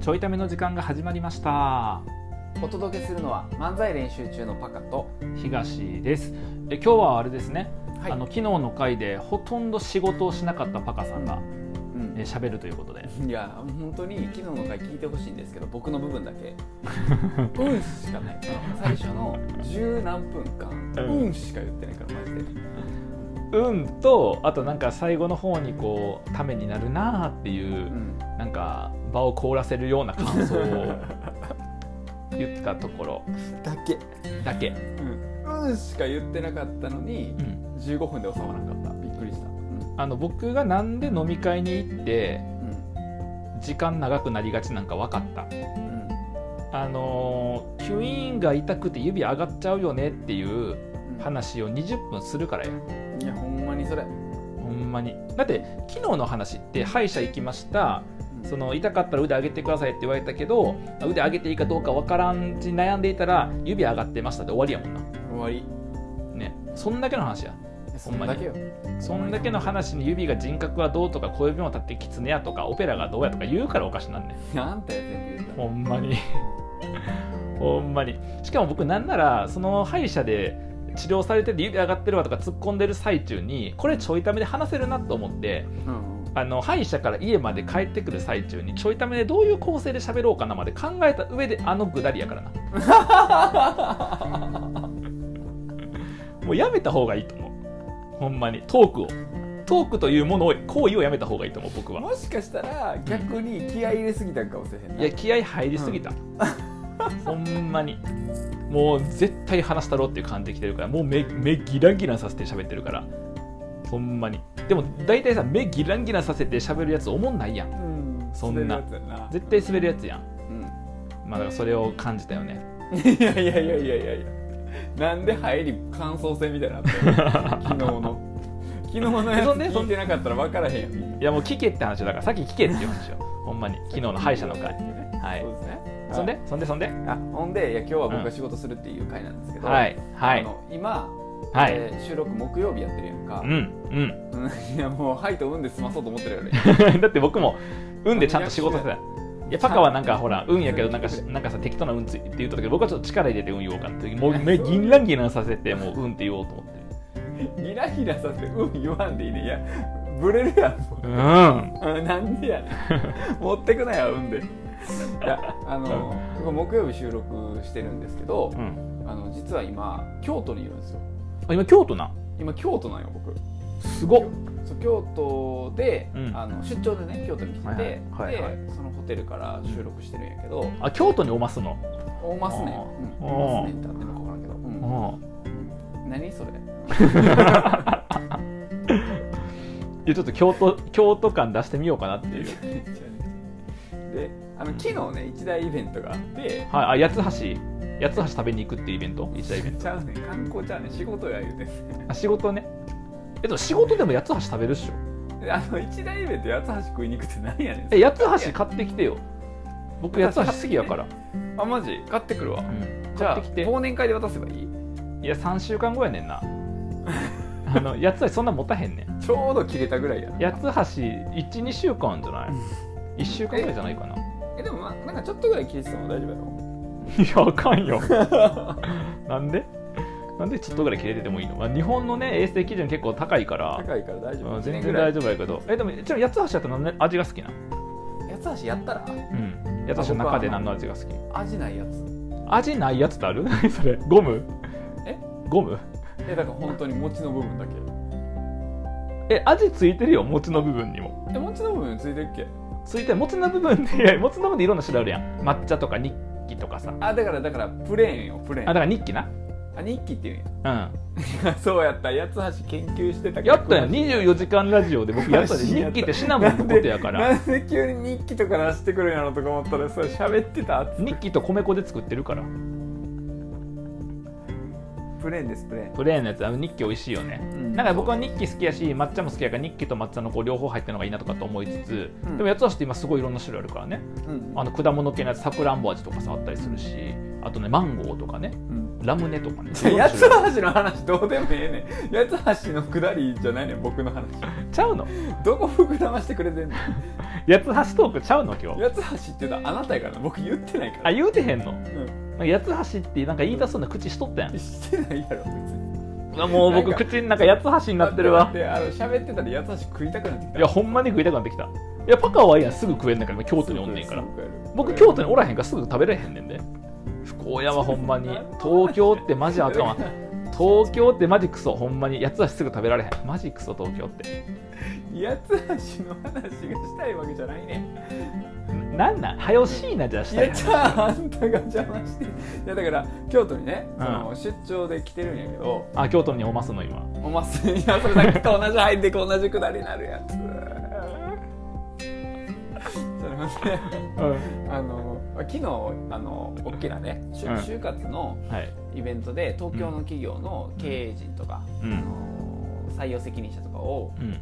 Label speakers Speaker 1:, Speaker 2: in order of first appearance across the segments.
Speaker 1: ちょいための時間が始まりました
Speaker 2: お届けするのは漫才練習中のパカと
Speaker 1: 東ですえ今日はあれですね、
Speaker 2: はい
Speaker 1: あの昨日の回でほとんど仕事をしなかったパカさんが
Speaker 2: うん
Speaker 1: え喋るということで
Speaker 2: いや本当に昨日の回聞いてほしいんですけど僕の部分だ け「うん」しかない最初の十何分間「
Speaker 1: うん
Speaker 2: うん」しか言ってないからマジで
Speaker 1: うんとあとなんか最後の方にこうためになるなあっていう、
Speaker 2: うん
Speaker 1: なんか場を凍らせるような感想 を言ったところ
Speaker 2: だけ
Speaker 1: だけ、
Speaker 2: うんうんしか言ってなかったのに
Speaker 1: うん
Speaker 2: 15分で収まらなかったびっくりしたうん
Speaker 1: あの僕がなんで飲み会に行って時間長くなりがちなんか分かった
Speaker 2: うん
Speaker 1: あのーキュイーンが痛くて指上がっちゃうよねっていう
Speaker 2: うん
Speaker 1: 話を20分するからや
Speaker 2: いやほんまにそれ
Speaker 1: ほんまにだって昨日の話って歯医者行きましたそ
Speaker 2: の
Speaker 1: の痛かったら腕上げてくださいって言われたけど腕上げていいかどうか分からんうちに悩んでいたら指上がってましたで終わりやもん
Speaker 2: 終わり
Speaker 1: なねそんだけの話や
Speaker 2: そんだけよ
Speaker 1: そんだけの話に指が人格はどうとか小指も立ってキツネやとかオペラがどうやとか言うからおかしなんね
Speaker 2: なんたや全部言った
Speaker 1: ほんまに ほんまにしかも僕なんならその歯医者で治療されてて指上がってるわとか突っ込んでる最中にこれちょいためで話せるなと思って
Speaker 2: うん
Speaker 1: あの歯医者から家まで帰ってくる最中にちょいためでどういう構成で喋ろうかなまで考えた上であのぐだりやからなもうやめた方がいいと思うほんまにトークをトークというものを行為をやめた方がいいと思う僕は
Speaker 2: もしかしたら逆に気合い入れすぎたんかもしれへんない
Speaker 1: や気合入りすぎた、ほんまにもう絶対話したろうっていう感じで来てるからもう目目ギラギラさせて喋ってるからほんまにでも大体さ目ギラギラさせて喋るやつおもんないやん
Speaker 2: うん
Speaker 1: そんな
Speaker 2: 滑るやつやな
Speaker 1: 絶対滑るやつやん
Speaker 2: う
Speaker 1: まあだからそれを感じたよね
Speaker 2: んいやいやいやいやいやいやなんで入り感想戦みたいになってる 昨日の昨日のやつ
Speaker 1: そんでそ
Speaker 2: 聞
Speaker 1: ん
Speaker 2: いてなかったら分からへんやんみんない
Speaker 1: やもう聞けって話だからさっき聞けっていう話よ ほんまに昨日の歯医者の会はい
Speaker 2: そうですね
Speaker 1: そんでそんでそんで
Speaker 2: あほんでいや今日は
Speaker 1: うん
Speaker 2: 僕が仕事するっていう回なんですけど、
Speaker 1: はいは
Speaker 2: あ
Speaker 1: い
Speaker 2: の今、
Speaker 1: は
Speaker 2: え
Speaker 1: い
Speaker 2: ー収録木曜日やってるやんか
Speaker 1: う、ん
Speaker 2: うんいやもう「はい」と「うん」で済まそうと思ってるよね
Speaker 1: う ん だって僕も運でちゃんと仕事してたいやパカはなんかほら運やけどなんかしなんかさ適当な運ついって言ったけど僕はちょっと力入れて運言おうかなってもう目ギンランギランさせてもう運って言おうと思って
Speaker 2: ギラギラさせて「うん」言わんでいいねいやブレるやんもう
Speaker 1: るうん
Speaker 2: あなんでやね ん持ってくなようんでいやあの僕木曜日収録してるんですけど、
Speaker 1: うん
Speaker 2: あの実は今京都にいるんですよ
Speaker 1: あ今京都な
Speaker 2: 今京都なんよ僕
Speaker 1: すごっ
Speaker 2: そう京都で、
Speaker 1: うん
Speaker 2: あの出張でね京都に来てて、
Speaker 1: はいはいはい
Speaker 2: でそのホテルから収録してるんやけど
Speaker 1: あ京都におますの
Speaker 2: 大ますね
Speaker 1: あー
Speaker 2: うん大ますねってあってるのか分からんけど、うん
Speaker 1: うん
Speaker 2: 何それ
Speaker 1: いやちょっと京都京都感出してみようかなっていう
Speaker 2: であの昨日ね一大イベントがあって
Speaker 1: はいあ八つ橋八つ橋食べに行くっていうイベント一大イベント
Speaker 2: ちゃうねん観光ちゃうねん仕事や言うて
Speaker 1: あ仕事ねえでも仕事でも八つ橋食べるっしょ
Speaker 2: で あの一大イベント八つ橋食いに行くって何やねん
Speaker 1: え八つ橋買ってきてよ僕八つ橋好きやから、
Speaker 2: あマジ買ってくるわじ
Speaker 1: じ
Speaker 2: ゃ
Speaker 1: ゃ
Speaker 2: あ
Speaker 1: あ
Speaker 2: 忘年会で渡せばいい
Speaker 1: いや3週間後やねん なあの八つ橋そんな持たへんねん
Speaker 2: ちょうど切れたぐらいやな
Speaker 1: 八つ橋12週間じゃない1週間ぐらいじゃないかない
Speaker 2: えでもまあなんかちょっとぐらい切れてても大丈夫やろ
Speaker 1: やあかん よなんでなんでちょっとぐらい切れててもいいの、まあ、日本のね衛生基準結構高いから
Speaker 2: 高いから大丈
Speaker 1: う
Speaker 2: 夫
Speaker 1: ん全然大丈夫やけどえでもちなみに八つ橋だと何の味が好きなの
Speaker 2: 八つ橋やったら
Speaker 1: うん八つ橋の中で何の味が好き
Speaker 2: 味ないやつ
Speaker 1: 味ないやつって あるそれゴム
Speaker 2: え
Speaker 1: ゴム
Speaker 2: えだから本当に餅の部分だけ
Speaker 1: え味ついてるよ餅の部分にも
Speaker 2: え餅の部分ついてるっけ
Speaker 1: ついてる餅の部分でいや餅の部分でいろんな種類あるやん抹茶とか日記とかさ
Speaker 2: あだからだからプレーンよプレ
Speaker 1: あ
Speaker 2: ー
Speaker 1: だ
Speaker 2: ンあ
Speaker 1: から日記な
Speaker 2: 日記って言うん
Speaker 1: うん
Speaker 2: や そうやった八つ橋研究してた
Speaker 1: やったやん
Speaker 2: 日
Speaker 1: 24時間ラジオで僕やったで
Speaker 2: 詳しいや
Speaker 1: 日
Speaker 2: った
Speaker 1: 記ってシナモンのことやから
Speaker 2: なんで急に日記とか出してくるんやろとか思ったらそれ喋ってたやつ
Speaker 1: 日記と米粉で作ってるから
Speaker 2: プレーンですプレーン
Speaker 1: プレーンのやつあの日記美味しいよね
Speaker 2: うん
Speaker 1: だから僕は日記好きやし抹茶も好きやから日記と抹茶のこう両方入ってるのがいいなとかと思いつつ、
Speaker 2: うん
Speaker 1: でもやつはして今すごいいろんな種類あるからね
Speaker 2: うん
Speaker 1: あの果物系のやつさくらんぼ味とかさあったりするしあとねマンゴーとかね
Speaker 2: うん
Speaker 1: ラムネと かね
Speaker 2: いや八つ橋の話どうでもええねん八つ橋のくだりじゃないねん僕の話
Speaker 1: ちゃうの
Speaker 2: どこ膨らましてくれてんの
Speaker 1: 八つ橋トークちゃうの今日
Speaker 2: 八つ橋っていうのはあなたやからな僕言ってないから
Speaker 1: あ言うてへんの
Speaker 2: うん
Speaker 1: 八つ橋ってなんか言いたそうな口しとったやん
Speaker 2: してないやろ別に
Speaker 1: あもう僕
Speaker 2: なんか
Speaker 1: 口の中八つ橋になってるわ
Speaker 2: であの喋ってたら八つ橋食いたくなってきた
Speaker 1: いやほんまに食いたくなってきたいやパカはいやすぐ食えんねんから京都におんねんから僕京都におらへんからすぐ食べれへんねんで福岡はほんまに東京ってマジあかんわ東京ってマジクソほんまに八つ橋すぐ食べられへんマジクソ東京って
Speaker 2: 八つ橋の話がしたいわけじゃないねん
Speaker 1: んなんなん早よしいなじゃあし
Speaker 2: い
Speaker 1: た
Speaker 2: や
Speaker 1: い
Speaker 2: じゃああんたが邪魔していやだから京都にね、
Speaker 1: うん
Speaker 2: その出張で来てるんやけど
Speaker 1: あ京都におますの今
Speaker 2: お祭りいやそれさっきと同じ入って同じくだりになるやつそれもね
Speaker 1: うん
Speaker 2: あの昨日あの大きなね就
Speaker 1: うん
Speaker 2: 就活の
Speaker 1: はい
Speaker 2: イベントで東京の企業の経営陣とか、
Speaker 1: う
Speaker 2: あ
Speaker 1: ん
Speaker 2: の採用責任者とかを
Speaker 1: うん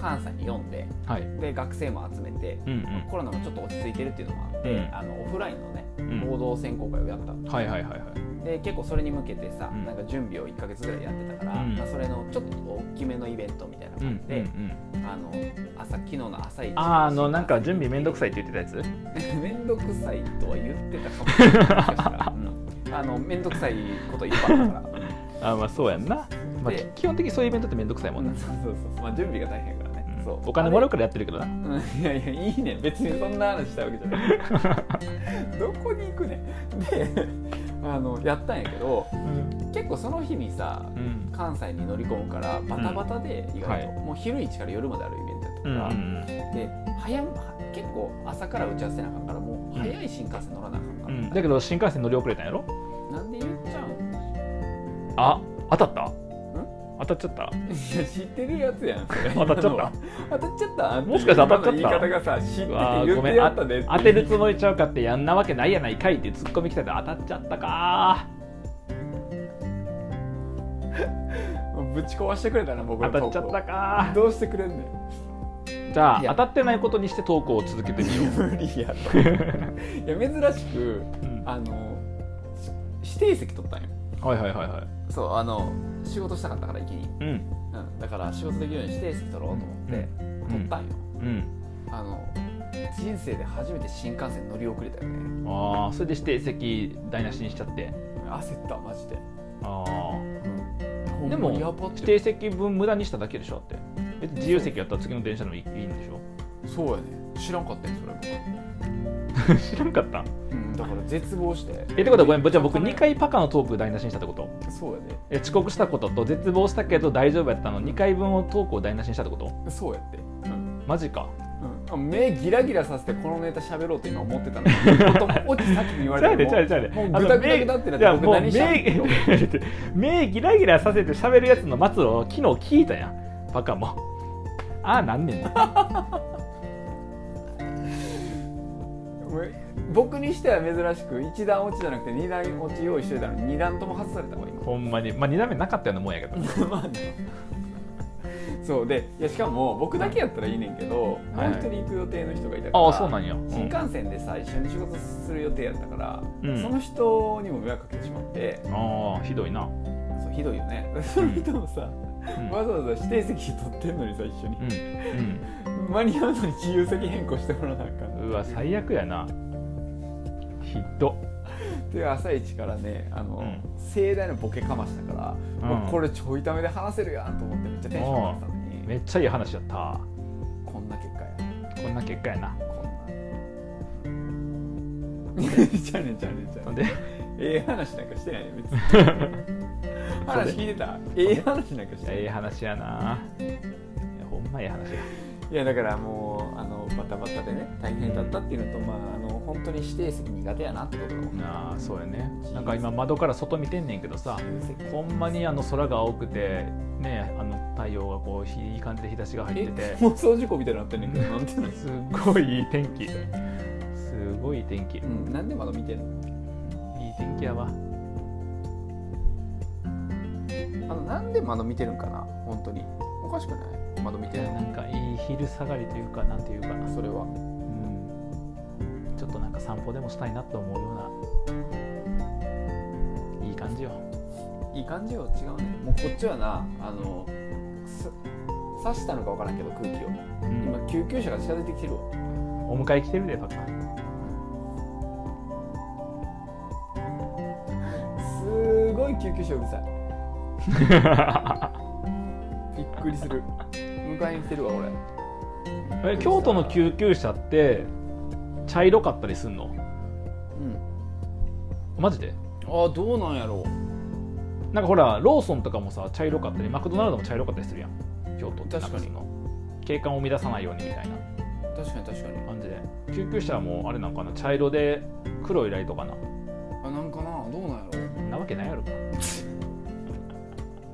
Speaker 2: 関西に呼んで
Speaker 1: はい
Speaker 2: で学生も集めて、
Speaker 1: うん
Speaker 2: コロナもちょっと落ち着いてるっていうのもあって、
Speaker 1: うん
Speaker 2: あのオフラインのね
Speaker 1: うん
Speaker 2: 合同選考会をやったの
Speaker 1: うんはいはいはいはい
Speaker 2: で結構それに向けてさ、
Speaker 1: うん
Speaker 2: なんか準備を1か月ぐらいやってたから、
Speaker 1: うん
Speaker 2: まあ、それのちょっと大きめのイベントみたいな
Speaker 1: うん
Speaker 2: 感じで、
Speaker 1: うんうん
Speaker 2: あの朝昨日の朝一
Speaker 1: あーあのなん か準備めんどくさいって言ってたやつ
Speaker 2: 面倒くさいとは言ってたかもしれないもしかしたら、うん、あの面倒くさいこといっぱいあったから、
Speaker 1: あーまあそうやんな、 まあ、
Speaker 2: で
Speaker 1: き基本的にそういうイベントってめんどくさいもん
Speaker 2: う
Speaker 1: な、
Speaker 2: んそうそうそう、まあ、準備が大変やからね、
Speaker 1: うん
Speaker 2: そう
Speaker 1: お金もらうからやってるけどな
Speaker 2: うんいやいやいいね別にそんな話したいわけじゃない どこに行くねんであのやったんやけど
Speaker 1: うん
Speaker 2: 結構その日にさ
Speaker 1: うん
Speaker 2: 関西に乗り込むからバタバタで意外と、
Speaker 1: は
Speaker 2: もう昼1から夜まであるイベントやったか
Speaker 1: うん
Speaker 2: ら、
Speaker 1: うん
Speaker 2: で早結構朝から打ち合わせなあかんからもう早い新幹線乗らなあかんか
Speaker 1: う
Speaker 2: ら、
Speaker 1: んだけど新幹線乗り遅れたんやろ
Speaker 2: なんで言っちゃうん
Speaker 1: あ当たった当たっちゃった
Speaker 2: いや知ってるやつやんそれ
Speaker 1: 当たっちゃった
Speaker 2: 当たっちゃった
Speaker 1: もしかして当たっちゃった
Speaker 2: 今の言い方がさ知ってて
Speaker 1: うわー
Speaker 2: 言
Speaker 1: ご
Speaker 2: って
Speaker 1: めん
Speaker 2: やったで
Speaker 1: 当てるつ
Speaker 2: り
Speaker 1: もりちゃうかってやんなわけないやないかいってツッコミ来たけど当たっちゃったか
Speaker 2: ぶち壊してくれたな僕
Speaker 1: 当
Speaker 2: の
Speaker 1: た
Speaker 2: 投稿
Speaker 1: っちゃったか
Speaker 2: どうしてくれんねん
Speaker 1: じゃあ
Speaker 2: いや
Speaker 1: 当たってないことにして投稿を続けてみよう
Speaker 2: 無理やろいや珍しく
Speaker 1: うん
Speaker 2: あのし指定席取ったんよ
Speaker 1: はいはいはいはい
Speaker 2: そうあの仕事したかったから一気に、
Speaker 1: うん
Speaker 2: うん、だから仕事できるように指定席取ろうと思って、取ったんよ、
Speaker 1: うん
Speaker 2: あの人生で初めて新幹線乗り遅れたよね
Speaker 1: ああそれで指定席台無しにしちゃって
Speaker 2: 焦ったマジで、
Speaker 1: ああ
Speaker 2: ほんま
Speaker 1: でも
Speaker 2: やばっ
Speaker 1: 指
Speaker 2: て
Speaker 1: 定席分無駄にしただけでしょって別に自由席やったら次の電車でもいいいいんでしょ
Speaker 2: そうやね知らんかったよそれ 僕
Speaker 1: 知らんかった
Speaker 2: うん、だから絶望して
Speaker 1: えってことはごめんじゃあ僕2回パカのトーク台無しにしたってこと
Speaker 2: そうやね
Speaker 1: え遅刻したことと絶望したけど大丈夫やったの2回分をトークを台無しにしたってこと
Speaker 2: そうやって、うん
Speaker 1: マジか
Speaker 2: うん、目ギラギラさせてこのネタ喋ろうと今思ってたのに言うことも落ちさっきに言わ
Speaker 1: ちゃ
Speaker 2: れ
Speaker 1: う
Speaker 2: て
Speaker 1: で
Speaker 2: も
Speaker 1: ちゃうでちゃうで
Speaker 2: もう
Speaker 1: あの
Speaker 2: グダグダグダって
Speaker 1: いや
Speaker 2: なって
Speaker 1: も
Speaker 2: 僕
Speaker 1: う
Speaker 2: 何したん
Speaker 1: 目目 ギラギラさせて喋るやつの末路を昨日聞いたやんバカもああなんねんな
Speaker 2: 僕にしては珍しく1段落ちじゃなくて2段落ち用意してたのに2段とも外されたわ今
Speaker 1: ほんまにまあ2段目なかったようなもんやけど
Speaker 2: まあね そうでいやしかも僕だけやったらいいねんけど、
Speaker 1: はい
Speaker 2: もう一人行く予定の人がいたから
Speaker 1: ああそうなんや、うん
Speaker 2: 新幹線でさ一緒に仕事する予定やったから、
Speaker 1: うん
Speaker 2: その人にも迷惑かけてしまって
Speaker 1: ああひどいな
Speaker 2: そうひどいよねその人もさ、
Speaker 1: うん
Speaker 2: わざわざ指定席取ってんのにさ一緒に
Speaker 1: う、ん、
Speaker 2: 間に合うのに自由席変更してもらわなあかん
Speaker 1: うん、うわ最悪やなひど
Speaker 2: で朝一からねあの、
Speaker 1: うん
Speaker 2: 盛大なボケかましたから、
Speaker 1: うん
Speaker 2: うわこれちょいためで話せるやんと思ってめっちゃテンション上がってたのに
Speaker 1: めっちゃいい話やった
Speaker 2: こんな結果や
Speaker 1: こんな結果や な
Speaker 2: こんなちゃうねんちゃうねんちゃう
Speaker 1: ほ
Speaker 2: ね
Speaker 1: ん
Speaker 2: ん
Speaker 1: で
Speaker 2: ええ話なんかしてないね別に 話聞いてたええ話なんかしてない
Speaker 1: ええ話やないやほんまええ話や
Speaker 2: いやだからもうあのバタバタでね大変だったっていうのと、まあ、あの本当に指定席苦手やなってことが分かる
Speaker 1: なあそうやねなんか今窓から外見てんねんけどさ
Speaker 2: 自由席
Speaker 1: ほんまにあの空が青くてねあの太陽がこういい感じで日差しが入ってて
Speaker 2: え放送事故みたいになってんねんけ どなんていうの
Speaker 1: すごいいい天気すごいいい天気いい
Speaker 2: うん、なんでまだ見てる
Speaker 1: 天気やわ
Speaker 2: のあのなんでまだ見てるんかな本当におかしくないまだ見
Speaker 1: い
Speaker 2: て
Speaker 1: や
Speaker 2: る
Speaker 1: な
Speaker 2: の
Speaker 1: んかいい昼下がりというかなんていうか、
Speaker 2: それは
Speaker 1: うん、ちょっとなんか散歩でもしたいなと思うようないい感じよ
Speaker 2: いい感じよ違うねもうこっちはなあのす刺したのか分からんけど空気を
Speaker 1: うん
Speaker 2: 今救急車が近づいてきてるわ
Speaker 1: お迎え来てるでパパ
Speaker 2: すごい救急車うるさい びっくりする迎えに来てるわ俺
Speaker 1: え京都の救急車って茶色かったりすんの
Speaker 2: うん
Speaker 1: マジで
Speaker 2: ああどうなんやろう
Speaker 1: なんかほらローソンとかもさ茶色かったりマクドナルドも茶色かったりするやん京都ってなん
Speaker 2: 確かに
Speaker 1: その景観を乱さないようにみたいな
Speaker 2: 確かに確かに
Speaker 1: 感じで救急車もあれなんかな茶色で黒いライトかな
Speaker 2: あなんかなどうなんやろう
Speaker 1: なわけないやろか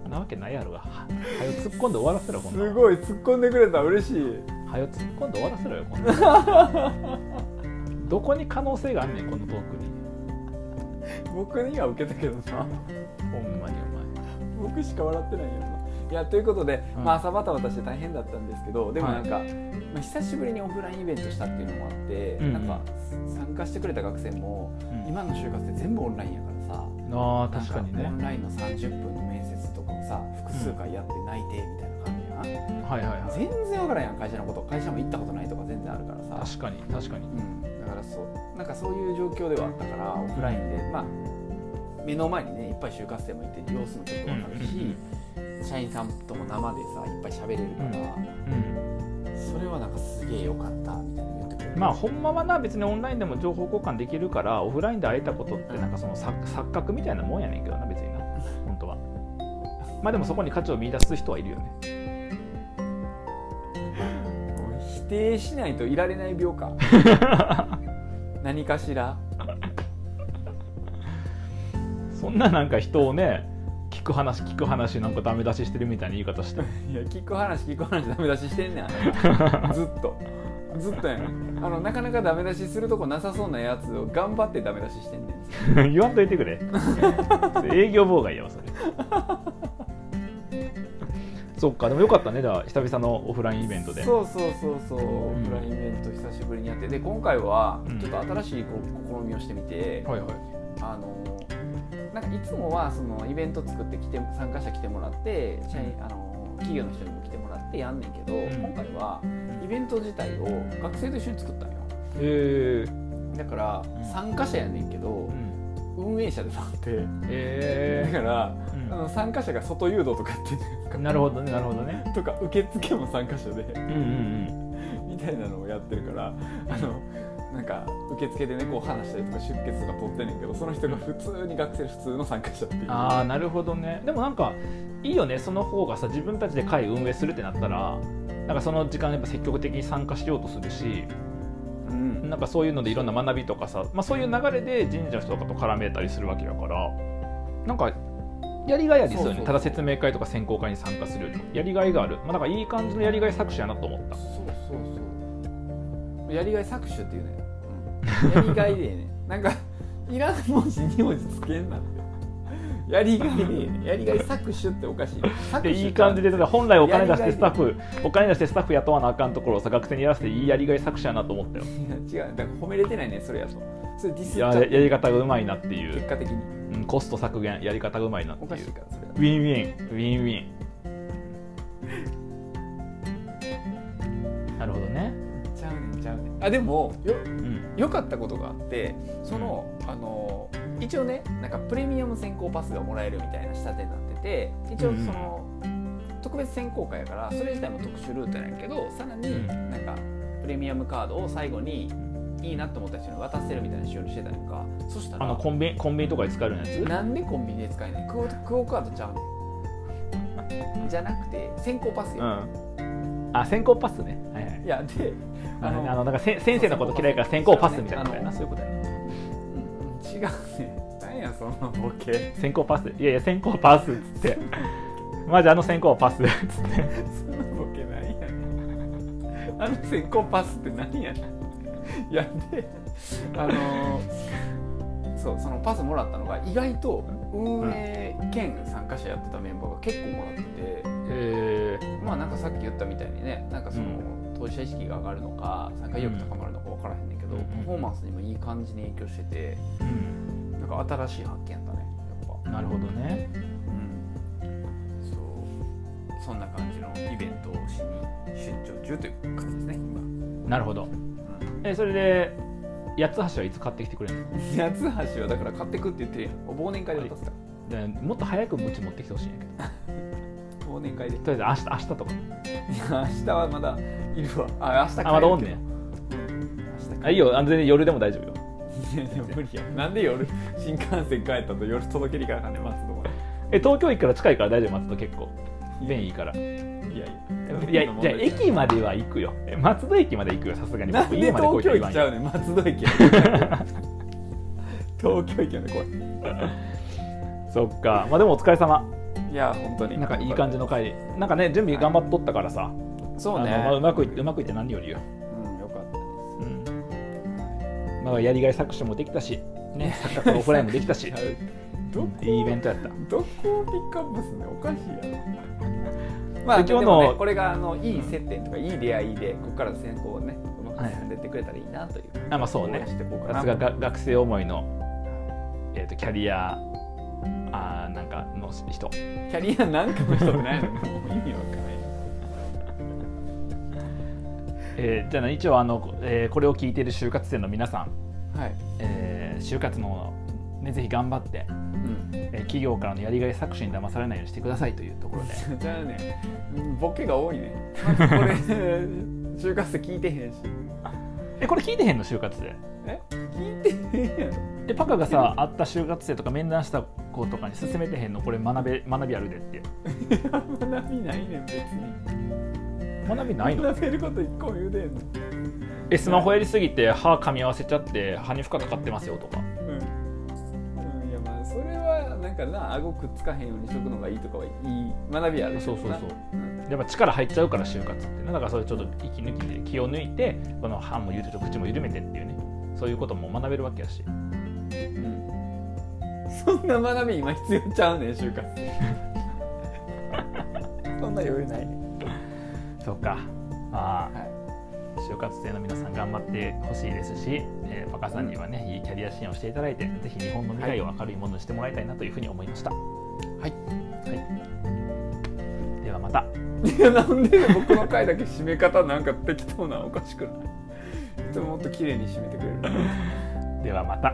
Speaker 1: なわけないやろがははよ突っ込んで終わらせろこんなん
Speaker 2: すごい突っ込んでくれた嬉しい
Speaker 1: はよ突っ込んで終わらせろよこんなんどこに可能性があんねんこのトークに
Speaker 2: 僕には受けたけどな
Speaker 1: ほんまに
Speaker 2: 僕しか笑ってないよないやということで、
Speaker 1: うん
Speaker 2: まあ、朝バタバタして大変だったんですけどでもなんか、まあ、久しぶりにオフラインイベントしたっていうのもあって、
Speaker 1: うん
Speaker 2: なんか参加してくれた学生も
Speaker 1: お前、
Speaker 2: 今の就活って全部オンラインやからさ
Speaker 1: ああ確かにね
Speaker 2: なんオンラインの30分の面接とかをさ複数回やって内定みたいな感じや
Speaker 1: はいはい
Speaker 2: な、
Speaker 1: は
Speaker 2: 全然わからんやん会社のこと会社も行ったことないとか全然あるからさ
Speaker 1: い確かに確かに
Speaker 2: うん、だからそうなんかそういう状況ではあったからオフラインで、まあ、目の前にねいっぱい就活生もいて様子もちょっと分かるし、社員さんとも生でさいっぱい喋れるから、
Speaker 1: うん
Speaker 2: それはなんかすげえ良かったみたいな言ってくれて
Speaker 1: まあほんまはな別にオンラインでも情報交換できるからオフラインで会えたことってなんかその錯錯覚みたいなもんやねんけどな別にな本当はまあでもそこに価値を見出す人はいるよね
Speaker 2: 否定しないといられない病か 何かしら
Speaker 1: そんななんか人をね聞く話聞く話なんかダメ出ししてるみたいな言い方して
Speaker 2: いや聞く話聞く話ダメ出ししてんねんあれずっとずっとやねんあのなかなかダメ出しするとこなさそうなやつを頑張ってダメ出ししてんねん
Speaker 1: 言わんといてくれ営業妨害やわ それそっかでもよかったねじゃあ久々のオフラインイベントで
Speaker 2: そうそうそうそう、オ
Speaker 1: ん
Speaker 2: フラインイベント久しぶりにやってで今回は
Speaker 1: うん
Speaker 2: ちょっと新しいこう試みをしてみて、
Speaker 1: はいはい
Speaker 2: あのなんかいつもはそのイベント作って来て参加者来てもらって社員あの企業の人にも来てもらってやんねんけど、
Speaker 1: ん
Speaker 2: 今回はイベント自体を学生と一緒に作ったんよ
Speaker 1: えー
Speaker 2: だから
Speaker 1: ん
Speaker 2: 参加者やねんけど
Speaker 1: うん、
Speaker 2: 運営者でもあってだ
Speaker 1: え
Speaker 2: から、
Speaker 1: ー
Speaker 2: あの参加者が外誘導とかやってんねん
Speaker 1: うんなるほどねなるほどね
Speaker 2: とか受付も参加者で
Speaker 1: うんうん
Speaker 2: みたいなのをやってるからあのなんか受付でねこう話したりとか出血とか取ってんねんけどその人が普通に学生普通の参加者っていう
Speaker 1: うんああなるほどねでもなんかいいよねその方がさ自分たちで会運営するってなったらなんかその時間やっぱ積極的に参加しようとするし
Speaker 2: うん
Speaker 1: なんかそういうのでいろんな学びとかさ、まあ、そういう流れで神社の人とかと絡めたりするわけだからなんかやりがいありそうよね
Speaker 2: そうそう
Speaker 1: ただ説明会とか選考会に参加するよりもやりがいがある、まあ、なんかいい感じのやりがい搾取やなと思った
Speaker 2: そうそうそうやりがい搾取っていうね、うん、やりがいでええねなんかいらん文字2文字つけんなってやりがいでええねやりがい搾取っておかしい搾
Speaker 1: で
Speaker 2: 取
Speaker 1: いい感じでだから本来お金出し
Speaker 2: や
Speaker 1: てス
Speaker 2: り
Speaker 1: タ
Speaker 2: が
Speaker 1: ッ
Speaker 2: い
Speaker 1: フお金出してスタッフ雇わなあかんところをさ学生にやらせていいやりがい搾取やなと思ったよ
Speaker 2: いや違うだから褒めれてないねそれやとそれディスっ
Speaker 1: い
Speaker 2: ちゃ
Speaker 1: や
Speaker 2: っ
Speaker 1: や
Speaker 2: て
Speaker 1: やり方がうまいなってい
Speaker 2: 結
Speaker 1: う、
Speaker 2: 果的に
Speaker 1: うん、コスト削減やり方がうまいなって
Speaker 2: おか
Speaker 1: い
Speaker 2: し
Speaker 1: う
Speaker 2: いからそれだ
Speaker 1: ウィンウィンウィンウィンなるほどね
Speaker 2: ちゃうねんちゃうねんあでもよ
Speaker 1: うん
Speaker 2: 良かったことがあってその、あの一応ねなんかプレミアム選考パスがもらえるみたいな仕立てになってて一応その、特別選考会やからそれ自体も特殊ルートなんやけどさら
Speaker 1: う
Speaker 2: に
Speaker 1: ん
Speaker 2: なんかプレミアムカードを最後にいいなと思った人に渡せるみたいな仕様にしてたやんかそした
Speaker 1: あの
Speaker 2: ら
Speaker 1: コンビニコンビニとかで使えるようなやつ
Speaker 2: なんでコンビニで使えないクオクオ・カードちゃうねんじゃなくて選考パス
Speaker 1: う
Speaker 2: よ、
Speaker 1: ん、あ先行パスね、はいはい
Speaker 2: いやで
Speaker 1: あ
Speaker 2: あ
Speaker 1: の
Speaker 2: の
Speaker 1: あのなんかせ先生のこと嫌いから先行パスみたいなことやなそういうことやな
Speaker 2: うん違うねんなんやそのボケ
Speaker 1: 先行パスいやいや先行パスっつって マジあの先行パスっつって
Speaker 2: そんなボケないやん。あの先行パスって何やねん。やで、あのそう、そのパスもらったのが、意外と運営兼参加者やってたメンバーが結構もらってて、
Speaker 1: え
Speaker 2: まあなんかさっき言ったみたいにね、なんかその、当事者意識が上がるのか、参加意欲高まるのか分からへんねんけど、
Speaker 1: うん
Speaker 2: パフォーマンスにもいい感じに影響してて、
Speaker 1: うん
Speaker 2: なんか新しい発見やったね、やっぱ。
Speaker 1: なるほどね
Speaker 2: うん、そうそんな感じのイベントをしに出張中という感じですね今
Speaker 1: なるほど
Speaker 2: うん
Speaker 1: えそれで八つ橋はいつ買ってきてくれるの
Speaker 2: 八つ橋はだから買ってくって言ってるやん忘年会で渡すか
Speaker 1: でもっと早くもち持ってきてほしいんやけど
Speaker 2: ら忘年会でい
Speaker 1: とりあえず明日明日とか
Speaker 2: や明日はまだいるわあ明日帰るけど
Speaker 1: あまだおんね
Speaker 2: 明日帰
Speaker 1: あいいよ安全に夜でも大丈夫よ
Speaker 2: いやいや無理やなんで夜新幹線帰ったと夜届けに行かなあかんねん松戸まで
Speaker 1: え東京駅から近いから大丈夫松戸結構便いいからい
Speaker 2: いやい
Speaker 1: や
Speaker 2: や
Speaker 1: じゃあ駅までは行くよえ松戸駅まで行くよさすがに
Speaker 2: なんで
Speaker 1: 家まで来
Speaker 2: 東
Speaker 1: いと
Speaker 2: 京
Speaker 1: は言わ
Speaker 2: 駅
Speaker 1: ん
Speaker 2: ち
Speaker 1: よ
Speaker 2: ゃうねん松戸駅や東京駅やねこれ
Speaker 1: そっかまあでもお疲れ様
Speaker 2: いや本当に
Speaker 1: なんかいい感じの回なんかね準備頑張っとったからさ、
Speaker 2: そうね
Speaker 1: あのまあうまくいってうまくいって何よりよ、
Speaker 2: うんよかった
Speaker 1: うんまあ、やりがい搾取もできたし、 ね、サッカーとオフラインもできたし
Speaker 2: ちゃうどこ
Speaker 1: いいイベントやった
Speaker 2: どこをピックアップすんねんおかしいやろまあ
Speaker 1: で今日
Speaker 2: 今
Speaker 1: の
Speaker 2: 日の、ね、これがあのいい接点とかいい出会いでここから先行をねうまく進んでってくれたらいいなという、
Speaker 1: あまあそう
Speaker 2: 応
Speaker 1: ね
Speaker 2: 援していこうかな
Speaker 1: さすがが学生思いの、えー、とキャリアあーなんかの人
Speaker 2: キャリアなんかの人もないのもう意味わかんない
Speaker 1: えーじゃあね一応あの、えーこれを聞いている就活生の皆さん、
Speaker 2: はい、
Speaker 1: えー就活の、ね、ぜひ頑張って、
Speaker 2: うん、
Speaker 1: えー企業からのやりがい搾取に騙されないようにしてくださいというところで
Speaker 2: じゃあねボケが多 いねまずこれ就活生聞いてへんし
Speaker 1: えこれ聞いてへんの就活で
Speaker 2: え聞いてへんやろ
Speaker 1: でパカがさ会った就活生とか面談した子とかに勧めてへんのこれ学べ学びあるでって
Speaker 2: 学びないねん別に
Speaker 1: 学びないの
Speaker 2: 学べること一個も言うてへんの
Speaker 1: えスマホやりすぎて歯噛み合わせちゃって歯に負荷かかってますよとか
Speaker 2: うん、うん、いやまあそれはなんかな顎くっつかへんようにしとくのがいいとかはいい学びある
Speaker 1: そうそうそう
Speaker 2: うん、
Speaker 1: やっぱ力入っちゃうから就活ってねだからそれちょっと息抜きで気を抜いてこの歯も緩めて口も緩めてっていうねそういうことも学べるわけやし
Speaker 2: うんそんな学び今必要ちゃうねん就活 そんな余裕ないね
Speaker 1: そうかまあ
Speaker 2: はい
Speaker 1: 就活生の皆さん頑張ってほしいですし、えーパカさんにはねいいキャリア支援をしていただいてぜひ日本の未来を明るいものにしてもらいたいなというふうに思いました、
Speaker 2: はい
Speaker 1: はい、ではまた
Speaker 2: いやなんでね僕の回だけ締め方なんか適当なおかしくないいつももっと綺麗に締めてくれる
Speaker 1: ではまた